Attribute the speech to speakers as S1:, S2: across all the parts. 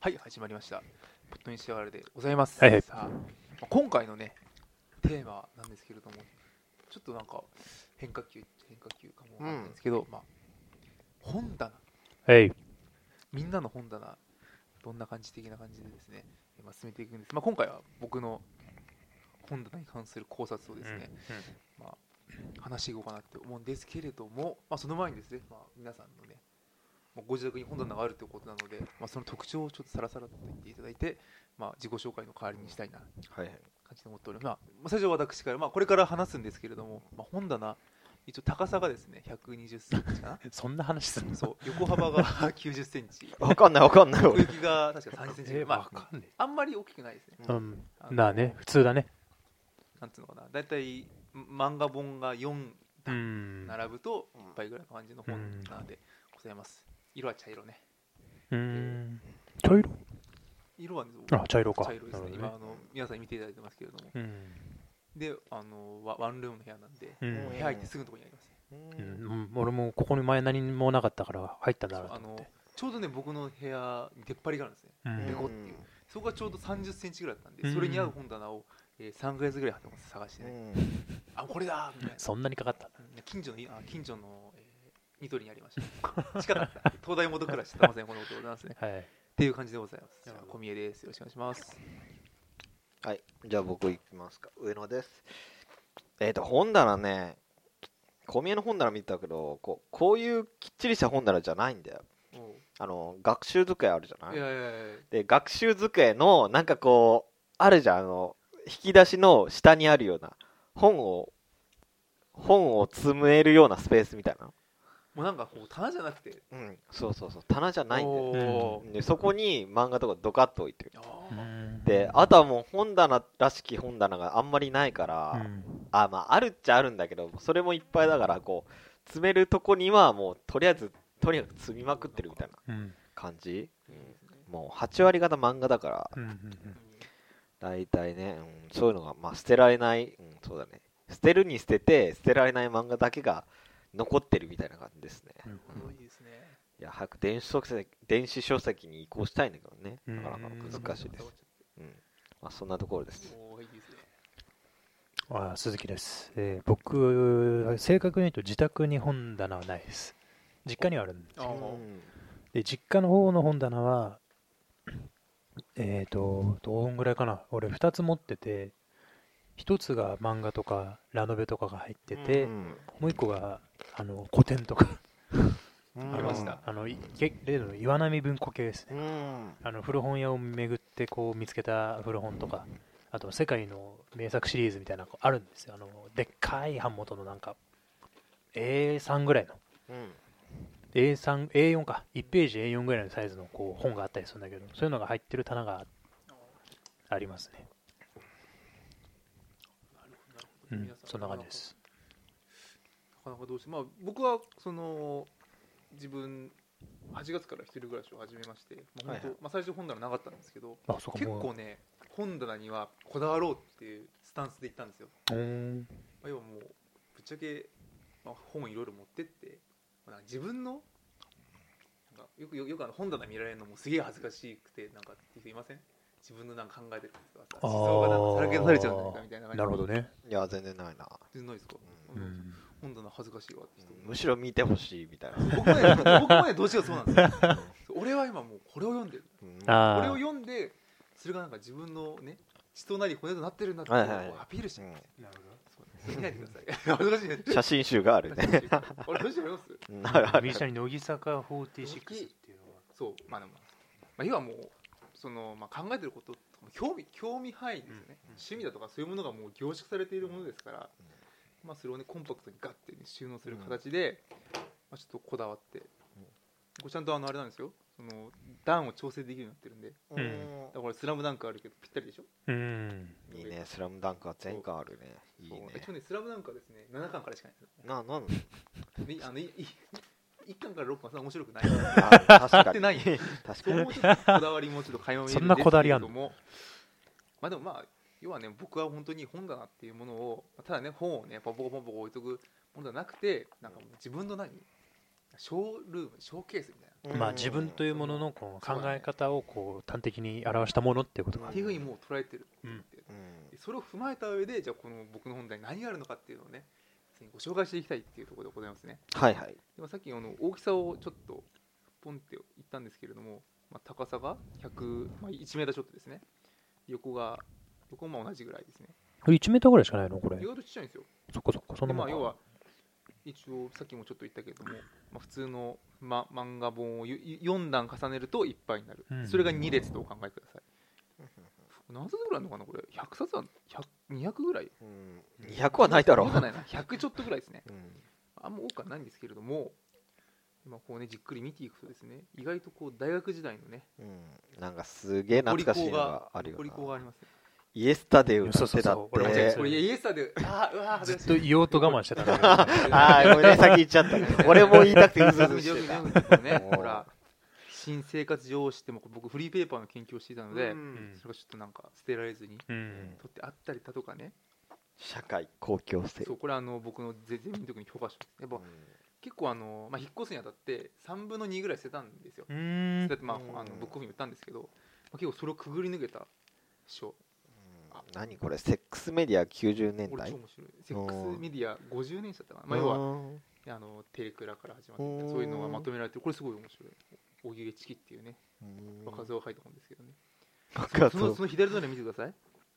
S1: はい、始まりました。ポットにしてわれでございます。
S2: はいはい
S1: さあ、まあ今回のね、テーマなんですけれども、ちょっとなんか変化球、変化球かもわかんないんですけど、まあ、本棚、
S2: はい。
S1: みんなの本棚、どんな感じ的な感じでですね、まあ進めていくんです。まあ、今回は僕の本棚に関する考察をですね、まあ、話していこうかなって思うんですけれども、まあ、その前にですね、まあ、皆さんのね、まあご自宅に本棚があるということなので、まあ、その特徴をちょっとさらさらっと言っていただいて、まあ、自己紹介の代わりにしたいな感
S3: はいはい。
S1: じで思っております、まあまあ、最初は私から、まあ、これから話すんですけれども、まあ、本棚一応高さがですね120センチか
S2: そんな話する
S1: なそう横幅が90センチ
S3: わかんないわかんない
S1: 奥
S3: 俺
S1: 行。きが確か30センチぐらい、
S2: え、わ
S1: まあ、
S2: かんね
S1: あんまり大きくないですね
S2: え。う。
S3: うん
S1: あの
S2: なあね、普通だね。
S1: なんつうのかな大体漫画本が4
S2: うん。
S1: 並ぶと
S3: うん
S1: 1杯ぐらいの感じの本なのでございます。色は茶色ね。
S2: うん。茶色
S1: 色はね
S2: あ、茶色か。
S1: 茶色ですね。
S2: な
S1: 今あ
S2: る
S1: の皆さんに見ていただいてますけれども。
S2: ほどね
S1: で、あのワワンルームの部屋なんで、
S2: うん。うん
S1: もう部屋入ってすぐのところにありますね。
S2: うん。うん俺もここに前何もなかったから入ったんだろう
S1: そう
S2: と
S1: あ
S2: 思っ
S1: の
S2: て。
S1: ちょうどね僕の部屋に出っ張りがあるんですね。
S2: う
S3: うん
S2: ん
S1: でこそこがちょうど30センチぐらいだったん
S2: う
S1: で、
S2: ん
S1: それに合う本棚を、えー、3ヶ月ぐらい探して
S3: う
S1: ね、
S3: ん
S1: あこれだーみたいな。
S2: そんなにかかったんだ
S1: うん近所のいあ近所の、えー、ニトリにありました。近か った。東大元から知ってませんこのことでございますね。
S2: はい。
S1: っていう感じでございます。じゃ
S2: なる
S1: あ
S2: ほど
S1: 小宮です。よろしくお願いします。
S3: はい。じゃあ僕行きますか。上野です。えっと、本棚ね、小宮の本棚見てたけど、こうこういうきっちりした本棚じゃないんだよ。あの、学習机あるじゃないい
S1: やいやいや
S3: で、学習机の、なんかこう、あるじゃん、あの、引き出しの下にあるような、本を、本を積めるようなスペースみたいな。
S1: もうなんかこう棚じゃなくて
S3: うん、そうそうそう、棚じゃないんだよ。
S1: おー
S3: でそこに漫画とかドカッと置いてる。
S1: あ
S2: う
S1: ー
S2: ん
S3: で、あとはもう本棚らしき本棚があんまりないか
S2: う
S3: ら、
S2: ん
S3: あまああるっちゃあるんだけどそれもいっぱいだからこう詰めるとこにはもうとりあえずとにかく積みまくってるみたいな
S2: うん。
S3: 感じ、
S1: いいですね
S3: もう8割方漫画だから
S2: うん。
S3: 大体ね、うん、そういうのが、まあ、捨てられない、うん、そうだね捨てるに捨てて捨てられない漫画だけが残ってるみたいな感じですね
S2: うん
S1: うんいいですね
S3: いや早く電子書籍電子書籍に移行したいんだけどねなかなか難しいです、うんまあ、そんなところです
S1: おーいいですね
S2: あ鈴木です、えー僕正確に言うと自宅に本棚はないです実家にはあるんです
S1: あー
S3: うん
S2: で実家の方の本棚はえっ、とどんぐらいかな俺2つ持ってて1つが漫画とかラノベとかが入ってて、
S3: うん
S2: もう1個があの古典とか
S1: ありました
S2: あのいけ例の岩波文庫系ですね
S3: うん
S2: あの古本屋を巡ってこう見つけた古本とかあと世界の名作シリーズみたいなのがあるんですよあのでっかい版元のなんか A3 ぐらいの
S3: うん、
S2: A3、A4 か、1ページ A4 ぐらいのサイズのこう本があったりするんだけど、そういうのが入ってる棚がありますね。
S1: なるほどなるほ
S2: う
S1: ど
S2: ん
S1: 皆、さ
S2: そんな感じです。
S1: なかなかどうしてまあ僕はその自分8月から一人暮らしを始めまして、まあ本当
S3: はいはい
S1: まあ、最初本棚なかったんですけど
S2: あ、そうか、
S1: 結
S2: もう
S1: 構ね本棚にはこだわろうっていうスタンスで行ったんですよ
S2: うーん
S1: まあ、要はもうぶっちゃけ、まあ、本いろいろ持ってって、まあ、なんか自分のなんかよくよよくあの本棚見られるのもすげえ恥ずかしくてなんかっていう人いません自分のなんか考えてることとかさ
S2: あー
S1: 思想がなんかさらけ出されちゃうんじゃないかみたいな感じ
S2: なるほどね。
S3: いや全然ないな
S1: 全然ないですか、
S2: う
S1: うん
S2: ん。
S1: 本棚恥ずかしいわって人、
S3: むしろ見てほしいみたいな
S1: 僕もね僕もねどうしようそうなんですよ俺は今もうこれを読んでる
S3: うん
S2: あ
S1: これを
S2: ー
S1: 読んでそれがなんか自分のね血となり骨となってるんだって
S3: はいはいはい
S1: こうアピールして、
S3: うん
S1: なるほどそう見ないでください恥ずかしいね
S3: 写真集があるね
S1: 俺どうしても読みます
S3: うんあるある
S2: 右下に乃木坂46っていうのが。
S1: そうまあでも、まあ、要はもうその、まあ、考えてること興味興味範囲ですよね、趣味だとかそういうものがもう凝縮されているものですから、まあ、それをねコンパクトにガッて、ね、収納する形で、まあ、ちょっとこだわって、これちゃんとあのあれなんですよその段を調整できるようになってるんでだ
S2: うん
S1: から俺スラムダンクあるけどぴったりでしょ
S2: うん。
S3: いいね「スラムダンクは全巻あるねいい
S1: そう
S3: ね
S1: 一応ねスラムダンクはですね7巻からしかないんですよ
S3: ななん
S1: であのいい1巻から6巻そんな面白くない
S3: あ
S1: 買
S3: 確
S1: っ
S3: か
S1: て
S3: に
S1: ない
S3: 確
S1: そ
S3: か
S1: う
S3: に
S1: もうちょっとこだわりもちょっと垣間見える
S2: そんなこだわりあんの
S1: ですけれどもまあでもまあ要はね僕は本当に本棚っていうものをただね本をねポンポコポンポコ置いとくものじゃなくてなんかもう自分の何ショールームショーケースみたい
S3: うん
S2: まあ、自分というもののこう
S1: そ
S2: 考
S1: うだね
S2: え方をこう端的に表したものっていうこと
S1: な
S2: が
S1: っていうふうにもう捉えてると思って、
S3: うん
S1: でそれを踏まえた上でじゃあこの僕の本題に何があるのかっていうのをねご紹介していきたいっていうところでございますね
S3: はいはい
S1: でもさっきあの大きさをちょっとポンって言ったんですけれども、まあ、高さが100、まあ、1メーターちょっとですね横が横も同じぐらいですね
S2: これ1メーターぐらいしかないのこれ
S1: 意外とちっちゃいんですよ
S2: そっかそっかそん
S1: で
S2: な
S1: ま
S2: も
S1: あ
S2: んか
S1: 要は一応さっきもちょっと言ったけれども、まあ、普通の、ま、漫画本を4段重ねるといっぱいになる、
S2: うん
S1: それが2列とお考えください 何冊ぐらいあるのかなこれ100冊は200ぐらい
S3: うん200はないだろ
S1: 200はないな100ちょっとぐらいですね
S3: うん
S1: あんま多くはないんですけれども今こうねじっくり見ていくとですね意外とこう大学時代のね
S3: うんなんかすげえ懐かしいのがあるよ
S1: お利口
S3: な
S1: がありますね
S3: イエスタデウ歌って
S2: そ
S3: た
S2: うそうそう
S3: っ
S2: 俺も全然
S3: て
S2: そ
S1: こ
S2: う
S1: れイエスタであーうわー
S2: ずっと言おうと我慢してたんだけど
S3: ああごめんね先言っちゃったね俺も言いたくてうずうずしてた
S1: よくよくよく ね
S3: もう
S1: ほら新生活上司っても僕フリーペーパーの研究をしていたので、
S2: うん
S1: それがちょっとなんか捨てられずに
S2: うん
S1: 取ってあったりだとかね、
S3: 社会公共性
S1: そうこれはあの僕のゼゼミの時の教科書ですやっぱ結構あの、まあ、引っ越すにあたって3分の2ぐらい捨てたんですよ、
S2: うーん
S1: だってまあ,、
S3: うん
S1: あのブックオフに売ったんですけど、まあ、結構それをくぐり抜けた書
S3: うん何これセックスメディア90年
S1: 俺
S3: 代
S1: 超面白いセックスメディア50年史だったかな、まあ、要は
S3: は
S1: あのテレクラから始まって
S3: うん
S1: そういうのがまとめられてるこれすごい面白い荻上チキっていうね若
S3: 若
S1: 造が書いた本ですけどねその
S3: 造
S1: その左隣見てください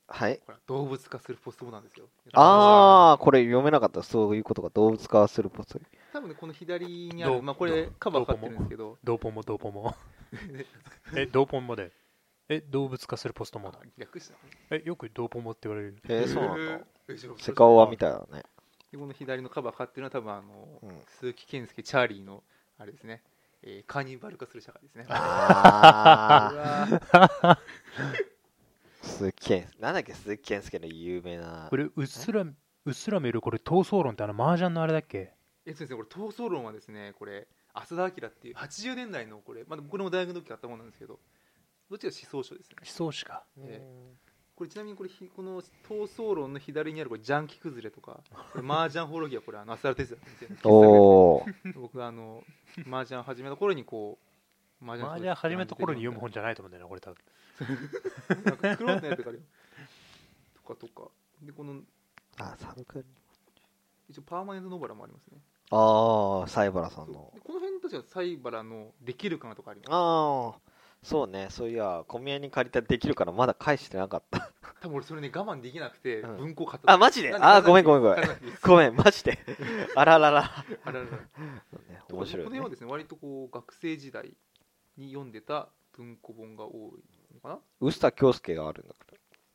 S3: はい
S1: ほら動物化するポストもなんですよ
S3: ああこれ読めなかったそういうことが動物化するポスト
S1: 多分ねこの左にある、
S2: ど
S1: まあ、これカバーかかってるんですけど
S2: ドーポンもドーポ ンもえドーポンもでえ動物化するポストもだ
S1: あ略した
S2: えよくドーポンもって言われる
S3: へえそうなんだ
S1: えそう
S3: セカオワみたいだね
S1: でこの左のカバーかかってるのは多分あの、
S3: うん
S1: 鈴木健介チャーリーのあれですね、えーカーニバル化する社会ですねう
S3: あ
S1: わ
S3: ー鈴木健なんだっけ鈴木健介の有名な
S2: これうっすらうっすら見るこれ闘争論ってあの麻雀のあれだっけ
S1: えそうですねこれ闘争論はですねこれ浅田明っていう80年代のこれ、まあ、これも大学の時買ったものなんですけどどっちが思想書ですね
S2: 思想史か
S1: えこれちなみにこれひこの闘争論の左にあるこれジャンキ崩れとかこれ麻雀ホロギーはこれあの浅田哲也先生の傑作です
S3: おお
S1: 僕があの麻雀始めた頃にこう麻
S2: 麻雀始めた頃に読む本じゃないと思うんだよなこれ多分
S1: なんか黒のやつがあるよとかとかでこの
S3: あサム君
S1: 一応パーマネントノバラもありますね
S3: ああ西原さ
S1: そ
S3: ん
S1: う
S3: の
S1: でこの辺確か西原のできるかなとかあります
S3: ああそうねそういや小宮に借りたできるからまだ返してなかった
S1: 多分俺それね我慢できなくて
S3: うん
S1: 文庫買った
S3: あマジであーごめんごめんごめんごめんマジであららら
S1: あららら
S3: ね面白い
S1: この辺
S3: ね
S1: はですね割とこう学生時代に読んでた文庫本が多いのかな
S3: 臼田恭介があるんだか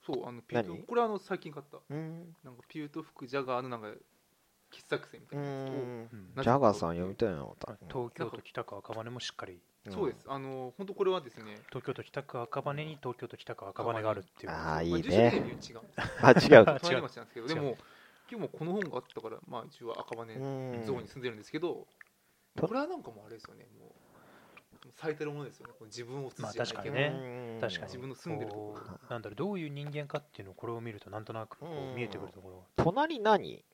S1: そうあのピュート
S3: 何
S1: これはあの最近買った
S3: らうん
S1: なんかピュート福ジャガーのなんか傑作選みたいなやつを
S3: ジャガーさん読みたいなまた
S2: 東京都北区赤羽もしっかり
S3: うん
S1: そうです、あの本当これはですね、
S2: 東京都北区赤羽に東京都北区赤羽があるっていう
S3: ああ
S1: まあ
S3: いい
S1: 住所で言う
S3: ね
S1: 違うんですよ
S3: あ
S2: あ
S3: 違う
S2: 違う
S1: 隣町なんですけど、で
S2: 違
S1: も、今日もこの本があったから、まあ、一応赤羽
S3: うん
S1: ゾーンに住んでるんですけど、
S3: と
S1: これはなんかもうあれですよね、もう、咲いてるものですよね、この自分を通じ
S2: まあ
S1: て
S2: 確かにね
S3: うん
S2: 確かに
S1: 自分の住んでるところ
S2: こうなんだろうどういう人間かっていうのをこれを見るとなんとなくこう見えてくるところ
S3: 隣何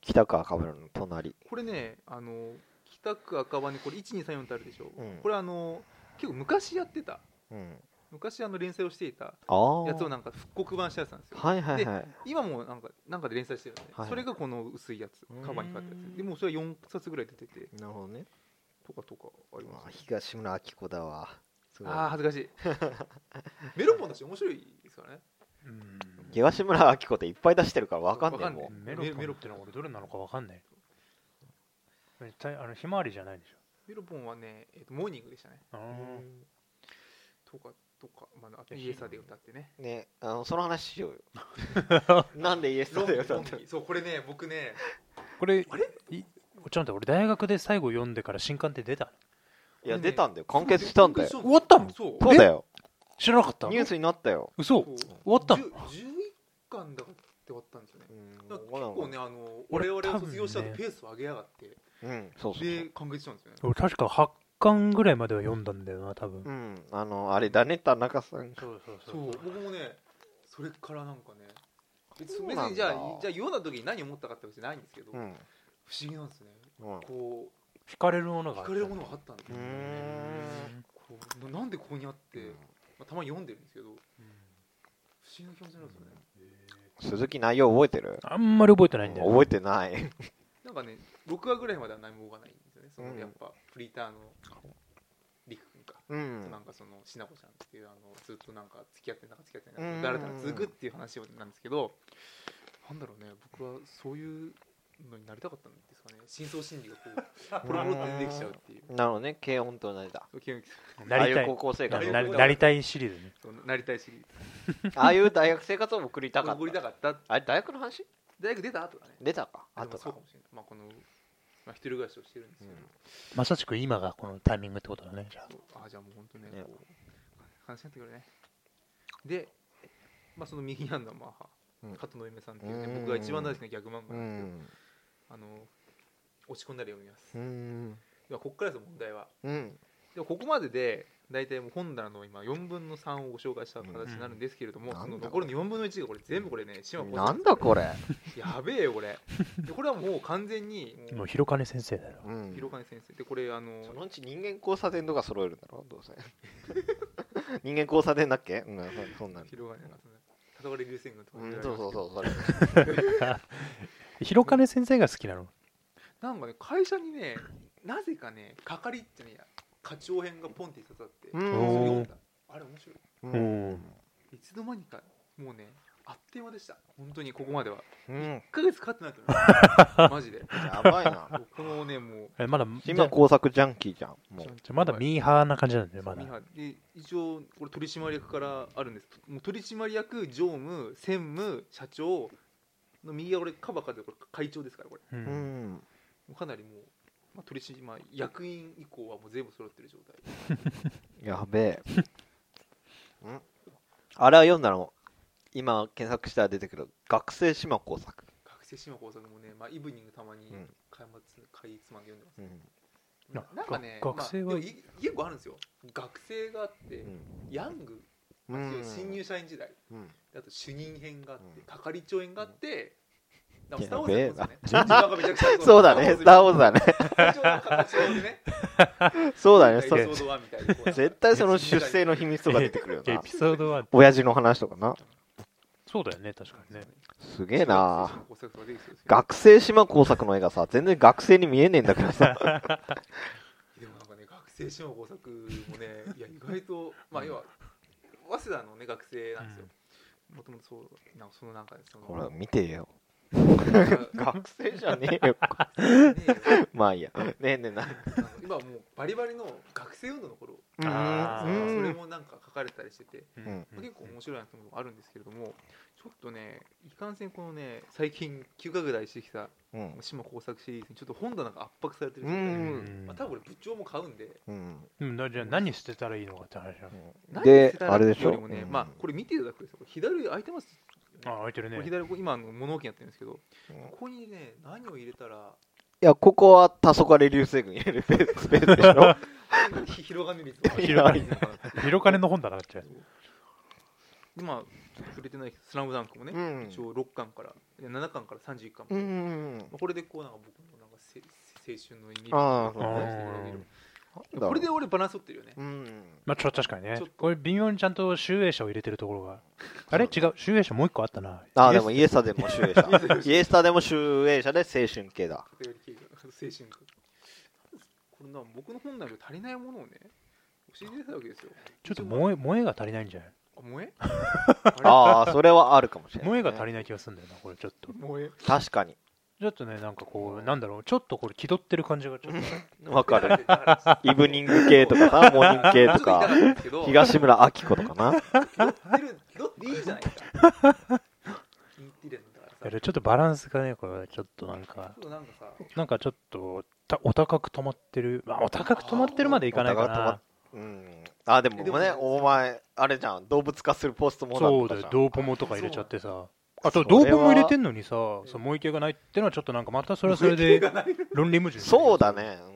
S3: 北川かぶるの隣
S1: これね、あの北区赤羽、これ、1、2、3、4ってあるでしょ、
S3: うん
S1: これあの、結構昔やってた、
S3: うん
S1: 昔あの連載をしていた
S3: ああ
S1: やつをなんか復刻版したやつなんですよ。
S3: はいはいはい
S1: 今もなんかなんかで連載してるんで、
S3: はい
S1: それがこの薄いやつ
S3: うん
S1: カバーに買ったやつでもうそれは4冊ぐらい出てて
S3: なるほどね
S1: とかとかあります、ね、
S3: 東村明子だわすごい
S1: ああー恥ずかしい メロンパンだし面白いですからね
S2: うん
S3: 東村明子っていっぱい出してるからわかんねえ
S1: わか
S3: も
S1: んね
S2: メロメロってのは俺どれなのかわかんない絶対あのひまわりじゃないでしょ
S1: メロポンはね、えー、とモーニングでしたね
S2: あー
S3: ん
S1: とかとか、まあ、あとイエサで歌ってね
S3: ねあのその話しよ うよなんでイエスだよだ
S1: ロ
S3: っ
S1: ン
S3: て
S1: キそうこれね僕ね
S2: これ
S1: あれ
S2: いちょっと待って俺大学で最後読んでから新刊って出た
S3: いや出たんだよ完結したんだよ
S1: そう
S2: 終わったの
S1: そう
S3: そうだよ
S2: 知らなかった
S3: ニュースになったよ
S2: 嘘
S1: そう
S2: 終わったの
S1: 10 11巻だからって終わったんですよねだから結構
S3: う
S1: ね
S3: ん
S1: あの
S2: 俺
S1: 我々
S2: 多
S1: を
S2: 分ね
S1: 卒業した後ペースを上げやがって、
S3: うんそうそうそう
S1: で完結したんですよね
S2: 俺確か8巻ぐらいまでは読んだんだよな多分
S3: うんあのあれだね田中さん
S2: そうそう
S1: そう僕もねそれからなんかね別
S3: そう
S1: 別
S3: なんだ
S1: にじゃあじゃあ読んだ時に何思ったかってわけじゃないんですけど、
S3: う
S1: 不
S3: ん
S1: 思議なんですね
S3: うん
S1: こう
S2: 惹かれるもの
S1: 惹
S2: があっ
S1: か
S2: た
S1: れるものがあったんです
S3: う
S1: よ
S3: ん
S1: こうななんでここにあって、まあ、たまに読んでるんですけど不思
S2: う
S1: 議な
S2: ん
S1: 気持ちになるんですよね
S3: 鈴木内容覚えてる
S2: あんまり覚えてないんだよね
S3: 覚えて ない。
S1: なんかね6話ぐらいまでは何も動かないんですよねそ
S3: うん
S1: のやっぱフリーターのりくくんか、
S3: うん
S1: なんかそのしなこちゃんっていうあのずっとなんか付き合ってなんか付き合って
S3: うんうん
S1: な
S3: うんん
S1: か誰かが続くっていう話なんですけどなんだろうね僕はそういうのになりたかったんですかね真相心理がこ うポロポロって出てきちゃうっていう
S3: なるほどね、軽音と同じだ。
S1: そう清水
S2: なり
S3: ああ
S2: た
S3: いう
S2: い
S3: 高校生
S2: な
S3: 活を
S2: な
S1: り
S2: なりたいシリーズね
S1: そうなりたいし
S3: ああいう大学生活を送りたかっ
S1: 登り
S3: た。
S1: たかった
S3: あれ、大学の話
S1: 大学出た後だね
S3: 出たか。
S1: あ
S3: あ
S1: と
S3: と
S1: そう
S3: か
S1: か。もしれないまあこの、まあ、一人暮らしをしてるんですけど、
S3: うん
S2: まさしく今がこのタイミングってことだねじゃあ
S1: ああじゃあもう本当ね
S3: ね
S1: こう話し合ってくれねで、まあ、その右ハンダーマーハ
S3: うん
S1: 加藤のゆめさんっていうね
S3: うん
S1: 僕が一番大好きなギャグ漫
S3: う
S1: 画なんですけど
S3: ん。
S1: あの落ち込んだり読みます
S3: うん。
S1: ではここからですよ問題は
S3: うん。
S1: ではここまでで大体もう本棚の今4分の3をご紹介した形になるんですけれども、
S3: うん
S1: その
S3: なんだ
S1: 残りの4分の1がこれ全部これね島ポチ
S3: なんだこれ。
S1: やべえよこれでこれはもう完全にも
S2: もう
S1: う
S2: 広金先生だよ
S3: うん
S1: 広金先生でこれあの
S3: そのうち人間交差点とか揃えるんだろどうせ。 人間交差点だっけうん、そそんなん。
S1: 広金がその片割れ流星群とか
S3: う
S1: 出ら
S3: ん
S1: れ、ますけ
S3: そ
S1: ど
S3: うそうそう、それ。
S2: 広金先生が好きなの
S1: なんかね会社にねなぜかね係ってね課長編がポンって一冊あって、
S3: うん
S1: それ読んだあれ面白
S3: う。
S2: うんん
S1: いいつの間にかもうねあっという間でした本当にここまでは
S3: うん。
S1: 1ヶ月かかってないと 思うマジで
S3: やばいな。
S1: 僕もねもう
S2: えまだ
S3: 今工作ジャンキーじゃん。もう。
S2: じゃまだミーハーな感じなんだよまだ
S1: ミハで一応これ取締役からあるんですもう取締役常務専務社長の右が俺カバカでこれ会長ですからこれ
S2: う
S3: うんん。
S1: もうかなりもう、まあ、取締まあ役員以降はもう全部揃ってる状態
S3: やべえ。んあれは読んだらもう、今検索したら出てくる学生島工作。
S1: 学生島工作もね、まあ、イブニングたまに
S3: うん
S1: 買いまつ、買いつまんで読んでます
S3: うん。
S2: な
S1: な。なんかね、
S2: が学生は
S1: まあ、でもい結構あるんですよ。学生があって、ヤング、
S3: う
S1: 新入社員時代、
S3: うん。
S1: あと主任編があって、
S3: うん
S1: 係長編があって、だからス
S3: や
S1: ター・ウォ
S3: べえ
S1: ーズな
S3: な
S1: んですよね。
S3: そうだね、スター・ウォーズだね。
S1: ー・ズ。ちょうどね、
S3: そうだ
S1: エ
S3: ね、
S1: ピソ
S3: そう
S1: ード1みたいなこう。
S3: 絶対その出生の秘密とか出てくるよ
S2: エ
S3: な。
S2: ピソードは
S3: 親父の話とかな。
S2: そうだよね確かにね
S3: すげえな。
S1: 学生島工作とか出てきそうですけど
S3: 学生島工作の絵がさ、全然学生に見えねえんだけどさ。
S1: でもなんかね、学生島工作もね、いや、意外 と、まあ、要は、早稲田のね、学生なんですよ。もともとそう、なんかそのなんかね、その、
S3: ほら、見てよ。
S1: なんか
S3: 学生じゃねえよ。
S1: ね
S3: まあいいや。ねえねえな。
S1: あの今もうバリバリの学生運動の頃、
S2: あ
S1: そ
S2: ー
S3: うん
S1: れもなんか書かれたりしてて、
S2: うん
S3: うん
S1: 結構面白いなと思うのもあるんですけれども、ちょっとね、いかんせんこのね、最近急拡大してきた
S3: うん。
S1: 島工作シリーズにちょっと本棚が圧迫されてる状
S3: う
S1: 態で、
S2: うんん
S1: まあ、多分俺部長も買うんで、
S3: うん。
S2: うんなじゃあ何捨てたらいいのかって話だ
S3: うん
S1: 何
S3: で
S1: 捨て、たら
S3: あれでし
S1: より
S3: ょ
S1: もね、まあこれ見ていただくとですよ、これ左上空いてます。
S2: あ開いてる
S1: これ
S2: ね
S1: 左上今あの物置やってるんですけど、
S3: うん
S1: ここにね何を入れたら
S3: いや、ここは黄昏流星群入れるペースペースでしょ
S1: ひ広がる率が
S2: 広
S1: が
S2: が
S1: る
S2: る
S1: のかなって
S2: 広金の本だなっちゃう
S1: でまあ触れてない「スラムダンクもね、
S3: うん
S1: 一応6巻からいや7巻から31巻ま
S3: う
S1: で、ま
S3: ん。
S1: あ、これでこうなんか僕のなんかせ青春の意味
S3: あー
S1: これで俺バランス取ってるよね、
S3: うん。
S2: まあちょ確かにね
S1: ちょっと
S2: これ微妙にちゃんと集英社を入れてるところがあれ違う集英社もう一個あったな
S3: ああ、でも
S2: イエ
S3: イエスタでも集英社。イエスタでも集英社で青春系だ。
S1: 偏り系が青春がこれな僕の本来の足りないものをね教えてくれたわけですよ
S2: スちょっと萌え萌えが足りないんじゃない
S1: あ萌 えあ
S3: ああ、それはあるかもしれない、
S2: 萌えが足り
S3: ない。
S2: ない気がするんだよなこれちょっと
S1: 萌え
S3: 確かに。
S2: ちょっとねなんかこうなんだろうちょっとこれ気取ってる感じがちょっと
S3: わか る。
S1: だら
S3: イブニング系とかさ、モーニング系と
S1: ちょっ言いた
S3: か、
S1: ったんですけど
S3: 東村明子とかな。
S1: 乗ってる乗っていいじゃないか気に入ってるんだか
S2: あ
S1: らさ
S2: れちょっとバランスがねこれちょっとなんか
S1: そうなんかさ
S2: なんかちょっとたお高く止まってる、まあ、お高く止まってるまでいかないか
S3: お高く止まっ
S2: な
S3: うん。あ、でもね、お前、あれじゃん、動物化するポストモダ
S2: そ
S3: ン
S2: う
S3: と
S2: だ
S3: かじ
S2: よ
S3: ゃん。
S2: ドーポモとか入れちゃってさあ
S3: そ
S2: と
S3: れは
S2: ドーポも入れてんのにさそうもう池がないってのはちょっとなんかまたそれはそれで
S1: がない
S2: 論理矛盾
S3: そうだね。うん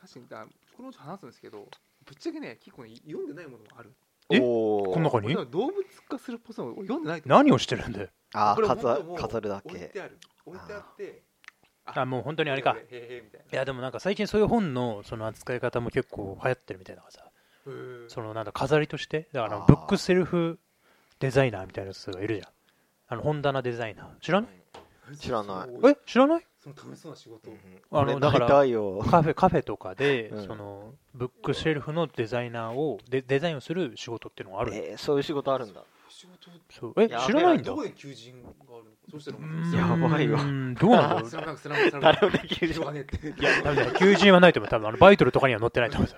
S1: 確かにだこのうち話すんですけどぶっちゃけね結構ね読んでないものもある
S2: え
S3: おー
S2: この中に
S1: 俺は動物化するポストも俺読んでないと思う
S2: 何をしてるんだよ
S3: あ
S1: こ
S3: ー
S1: れ
S3: 飾
S1: 本当もう
S3: 飾るだ
S1: 置い
S3: け
S1: てある置いてあって
S2: あもう本当にあれか
S1: へーへーみたい
S2: いやでもなんか最近そういう本のその扱い方も結構流行ってるみたいなのがさ
S1: なへー
S2: そのなんだ飾りとしてだから
S3: あー
S2: ブックセルフデザイナーみたいなやつがいるじゃんあの本棚デザイナー知らない
S3: 知らない
S1: そう
S2: え知らない
S1: その楽しそうな仕事
S2: あのだから
S3: 痛いよ
S2: カフェカフェとかで、
S3: うん
S2: そのブックシェルフのデザイナーをでデザインをする仕事っていうのがある、
S3: えーそういう仕事あるんだ
S1: 仕事
S2: そうえ知
S3: やべえ
S2: らないんだ
S1: どこで求人があるのかそうしたら
S2: う
S3: や
S2: ーん
S3: ばいわ
S2: どうなんだろう
S1: スラムダンクスラムダンクスラムダン
S3: 誰もでき
S1: ク
S3: る
S1: しょうがねえって
S2: いや多分ね求人はないと思う多分あのバイトルとかには載ってないと思う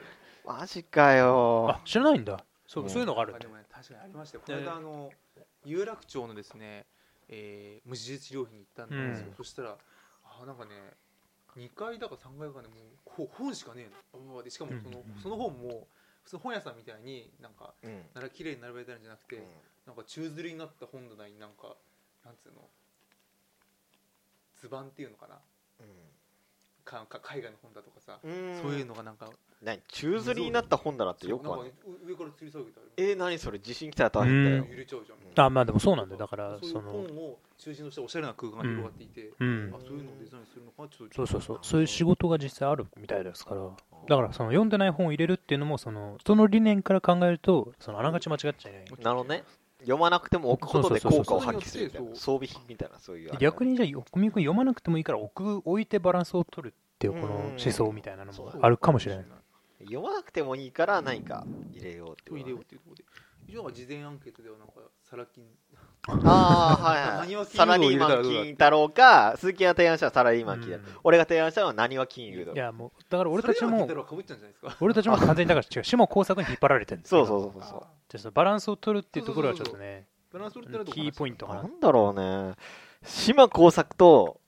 S3: マジかよ
S2: あ知らないんだそう,、
S3: うん
S2: そういうのがあるんだ
S1: でもね確かにありましたよこの間
S2: えー
S1: あの有楽町のですね、えー無印良品に行ったんですよ、
S2: うん
S1: そしたらあなんかね2階だか3階だかねもうこう本しかねえのあーでしかもその,、
S2: うんうん
S1: その本も普通本屋さんみたいになんか
S3: うんうん
S1: なら綺麗に並べられてるんじゃなくて、なんか宙吊りになった本棚になんかなんつうの図版っていうのかなかか海外の本だとかさ、
S3: うん
S1: そういうのがなんか
S3: 何宙吊りになった本だなってよく
S1: な
S3: わ
S1: ん
S3: か
S1: か
S3: んない
S1: 上から吊り下げてある
S3: えー何それ地震来たら大変だよ
S1: 揺れちゃうじゃんみたいな
S2: あまあでもそうなんだよだから
S1: そういう
S2: その
S1: 本を中心としたおしゃれな空間が広がっていて、
S2: うん
S1: あそういうのをデザインするのかちょっと
S2: そうそうそうそういう仕事が実際あるみたいですからだ
S3: か
S2: からその読んでない本を入れるっていうのもそのその理念から考えるとそのあながち間違っちゃいない
S3: なるほどね読まなくても置くことで
S2: そうそ
S3: 効
S2: うそう
S3: 果
S2: そう
S3: を発揮するみたいな装備品みたいなそういうあれだね
S2: 逆にじゃあよ小宮君読まなくてもいいから置く置いてバランスを取るっていうこの思想みたいなのもあるかもしれない
S3: 読まなくてもいいから何か入れようって
S1: 入れ
S3: こと
S1: よう
S3: ね
S1: っていうところで以上が事前アンケートではなんかサラ金
S3: ああはい
S1: な
S3: は
S1: に
S3: い
S1: わ
S3: サラ
S1: 金
S3: リ
S1: 融を入れたら
S3: ーマ
S1: どうだって
S3: ン金太郎か鈴木が提案したのはサラリーマン金太郎俺が提案したのは何は金融だ
S2: いやもうだから俺たち
S1: サラ金
S2: も
S1: 太郎はかぶっちゃうんじゃないですか
S2: 俺たちも完全にだから違う下工作に引っ張られてるんです
S3: そう
S2: う
S3: そうそうそ
S1: あ
S3: う
S2: じゃあそのバランスを取るっていうところはちょっとね
S1: ーバランス取れたらどうか
S2: キ
S1: な
S2: ーポイントか
S3: な
S2: なん
S3: だろうね島耕作と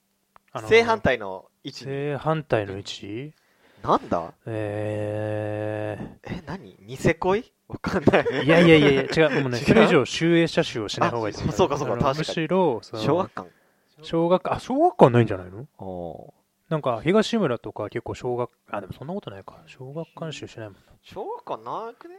S2: あの
S3: 正反対の位置に
S2: 正反対の位置
S3: なんだ
S2: えー
S3: え何ニセ恋わかんな い
S2: いやいやいやいや違う、もうね、
S3: 違う
S2: それ以上、集英写集をしない方がいいと思
S3: あそうかそうか
S2: あの
S3: 確かに
S2: むしろ、その
S3: 小学館
S2: 小学あ、小学館ないんじゃないの
S3: おお
S2: なんか、東村とか結構小学、あ、でもそんなことないか。小学館集しないもんな。
S3: ー小学館なくね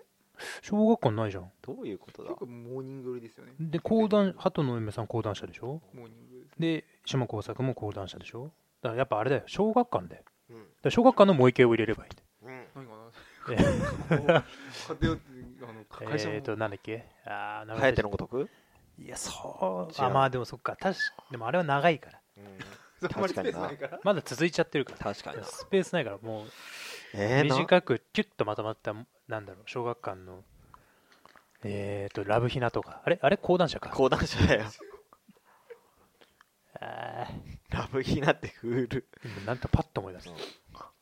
S2: 小学館ないじゃん。
S3: どういうことだ
S1: 結構モーニング寄りですよね
S2: で、講談、鳩の嫁さん講談社でしょ
S1: モーニング寄りです
S2: で、島耕作も講談社でしょだからやっぱあれだよ、小学館で。だか
S3: うん
S2: ら小学館の萌え系を入れればいいんだよ。
S3: う
S1: 何
S3: ん
S1: かな
S2: え
S1: 家庭あの会社も
S2: え ーと、なんだっけあー、名前忘
S3: は
S2: れちゃ
S3: やて
S2: った
S3: のごとく
S2: いや、そう。
S3: 違
S2: あ、
S3: う
S2: まあでもそっか。確か、でもあれは長いから。
S1: あんまりスペースないから
S2: まだ続いちゃってるから。
S3: 確かにな
S2: スペースないから、もう
S3: えー、な
S2: 短くキュッとまとまったなんだろう小学館のえっ、ー、とラブヒナとかあれあれ講談社か
S3: 講談社だよ
S2: あー
S3: ラブヒナってフール
S2: うんなんとパッと思い出す
S3: うん